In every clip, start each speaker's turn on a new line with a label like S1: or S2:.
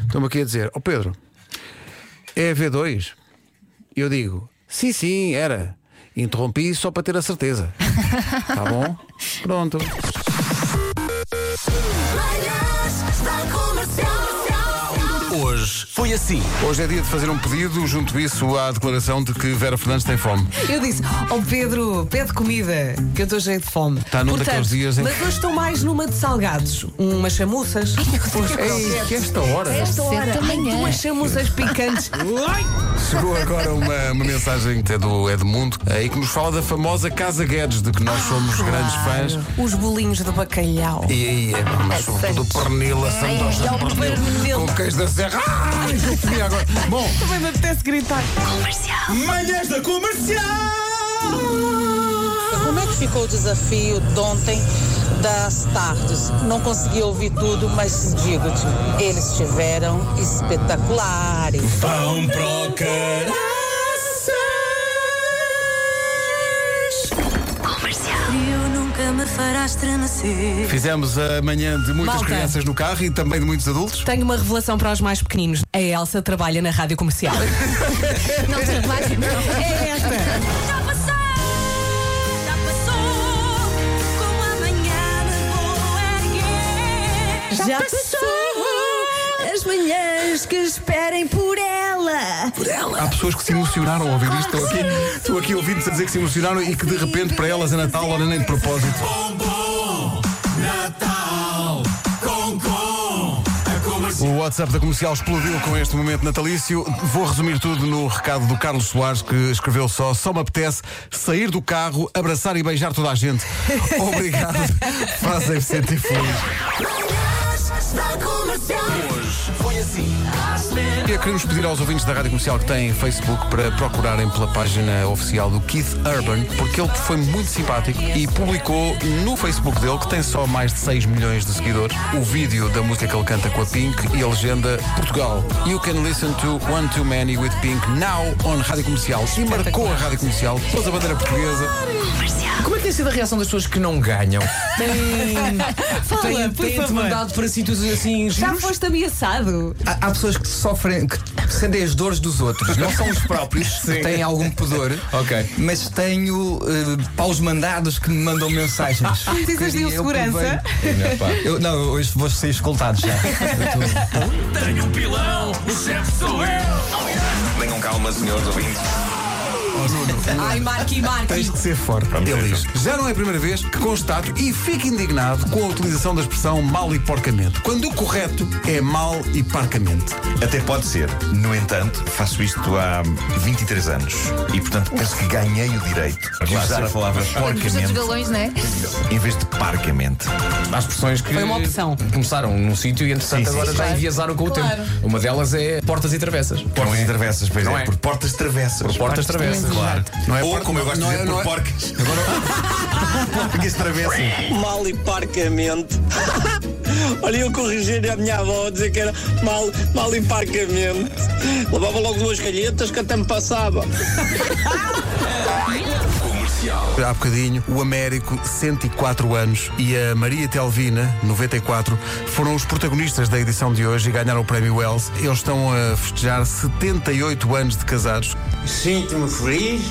S1: Estão-me aqui a dizer, ó Pedro, é V2? Eu digo, sim, sim, era. Interrompi só para ter a certeza. Tá bom? Pronto.
S2: Manhãs da Comercial.
S3: Hoje foi assim.
S1: Hoje é dia de fazer um pedido, junto isso à declaração de que Vera Fernandes tem fome.
S4: Eu disse, ó Pedro, pede comida, que eu estou cheio de fome.
S1: Está Tá num
S4: Portanto,
S1: daqueles dias em
S4: Mas
S1: que-
S4: hoje estou mais numa de salgados, umas chamuças.
S1: Ei, que esta hora!
S4: Esta hora,
S5: Sete da
S4: ai,
S5: manhã.
S4: duas chamuças picantes.
S1: Chegou agora uma, uma mensagem que é do Edmundo eh, e que nos fala da famosa Casa Guedes, de que nós somos grandes fãs.
S4: Os bolinhos de bacalhau.
S1: E aí, é, mas sobretudo pernil, a sandocha
S5: é o
S1: de pernil,
S4: pernil.
S1: com queijo da serra. Ah, que eu comi agora. Bom,
S4: Também me apetece gritar.
S3: Manhãs da comercial.
S6: Como é que ficou o desafio de ontem das tardes? Não consegui ouvir tudo, mas digo-te, eles estiveram espetaculares.
S3: Vão pro
S2: Frio nunca me fará estremecer.
S1: fizemos a manhã de muitas
S4: Malta.
S1: crianças no carro e também de muitos adultos.
S4: Tenho uma revelação para os mais pequeninos. A Elsa trabalha na rádio comercial.
S5: Não trabalho, não.
S4: É esta.
S2: Já passou, já passou. Com a manhã de boa
S4: Já passou as manhãs que esperem por ela.
S1: Há pessoas que se emocionaram ao ouvir isto. Estou aqui, estou aqui ouvindo-se a dizer que se emocionaram e que de repente para elas é Natal, ora nem de propósito.
S3: Natal com com a comercial.
S1: O WhatsApp da comercial explodiu com este momento natalício. Vou resumir tudo no recado do Carlos Soares, que escreveu só: Só me apetece sair do carro, abraçar e beijar toda a gente. Obrigado. Fazem-me sentir feliz.
S2: Manhãs da Comercial.
S3: Foi assim.
S1: E queremos pedir aos ouvintes da Rádio Comercial que têm Facebook para procurarem pela página oficial do Keith Urban, porque ele foi muito simpático e publicou no Facebook dele, que tem só mais de 6 milhões de seguidores, o vídeo da música que ele canta com a Pink e a legenda Portugal. You can listen to One Too Many with Pink now on Rádio Comercial. E marcou a Rádio Comercial, pôs a bandeira portuguesa.
S7: Como é que tem sido a reação das pessoas que não ganham?
S4: Fala,
S7: Têm-
S4: por
S7: Têm-te
S4: favor.
S7: mandado para sítios assim
S4: Já
S7: giros?
S4: foste ameaçado?
S7: Há, há pessoas que sofrem, que sentem as dores dos outros, não são os próprios, têm algum pudor,
S3: Ok.
S7: mas tenho eh, paus mandados que me mandam mensagens.
S4: Precisas de um
S7: Eu
S4: segurança?
S7: convenho- Eu, não, hoje vou ser escoltado já.
S3: Tenho um pilão, o chefe sou eu. Tenham calma, senhores ouvintes.
S4: Ai, Marqui, Marqui.
S1: de ser forte. Ele diz: Já não é a primeira vez que constato e fico indignado com a utilização da expressão mal e porcamente, quando o correto é mal e parcamente.
S8: Até pode ser. No entanto, faço isto há 23 anos e, portanto, penso que ganhei o direito de usar a palavra
S5: Os outros
S8: porcamente
S5: galões, não é?
S8: em vez de parcamente.
S7: Há expressões que
S4: Foi uma opção.
S7: começaram num sítio e, entretanto,
S8: Sim, sim,
S7: agora
S8: sim.
S7: já enviesaram com
S4: Claro.
S7: o tempo. Uma delas é portas e travessas.
S8: Portas e travessas, pois
S7: Não
S8: é.
S7: é.
S8: Por portas travessas.
S7: Portas travessas.
S8: Claro.
S1: Não é
S8: Ou,
S1: por-
S8: como eu gosto
S1: não
S8: de
S1: é-
S8: dizer,
S1: não é-
S8: por porcas. porcas travessas.
S9: mal e parcamente. Olha, eu corrigir a minha avó, dizer que era mal, mal e parcamente. Levava logo duas galhetas que até me passava.
S1: Há bocadinho, o Américo, 104 anos, e a Maria Telvina, 94, foram os protagonistas da edição de hoje e ganharam o prémio Wells. Eles estão a festejar 78 anos de casados.
S10: Sinto-me feliz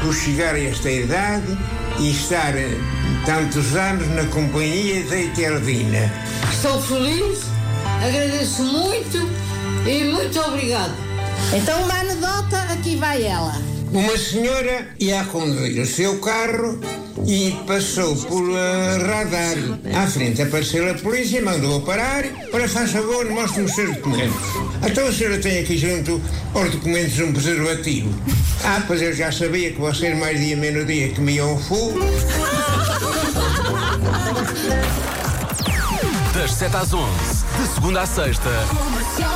S10: por chegar a esta idade e estar eh, tantos anos na companhia da Etervina.
S11: Estou feliz, agradeço muito e muito obrigado. Então, uma anedota, aqui vai ela.
S10: Uma senhora ia a conduzir o seu carro e passou por eh, radar. À frente apareceu a polícia, mandou-a parar para, faz favor, mostre-me os seus documentos. Então a senhora tem aqui junto aos documentos um preservativo. Ah, pois eu já sabia que vocês mais dia menos dia um que me iam full.
S3: Das 7 às 11, de segunda à sexta,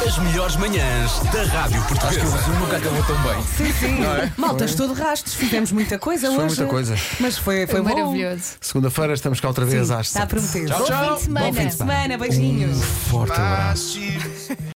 S3: as melhores manhãs da Rádio Portuguesa.
S7: Nunca acabou tão bem.
S4: Sim, sim. Malta, estou de rastos, fizemos muita coisa
S1: é? Foi
S4: hoje.
S1: muita coisa.
S4: Mas foi, foi,
S5: Foi
S4: bom.
S5: maravilhoso.
S1: Segunda-feira estamos cá outra vez às
S4: Está
S1: sete.
S4: prometido.
S5: Bom fim de semana.
S4: Semana, beijinhos.
S1: Forte abraço.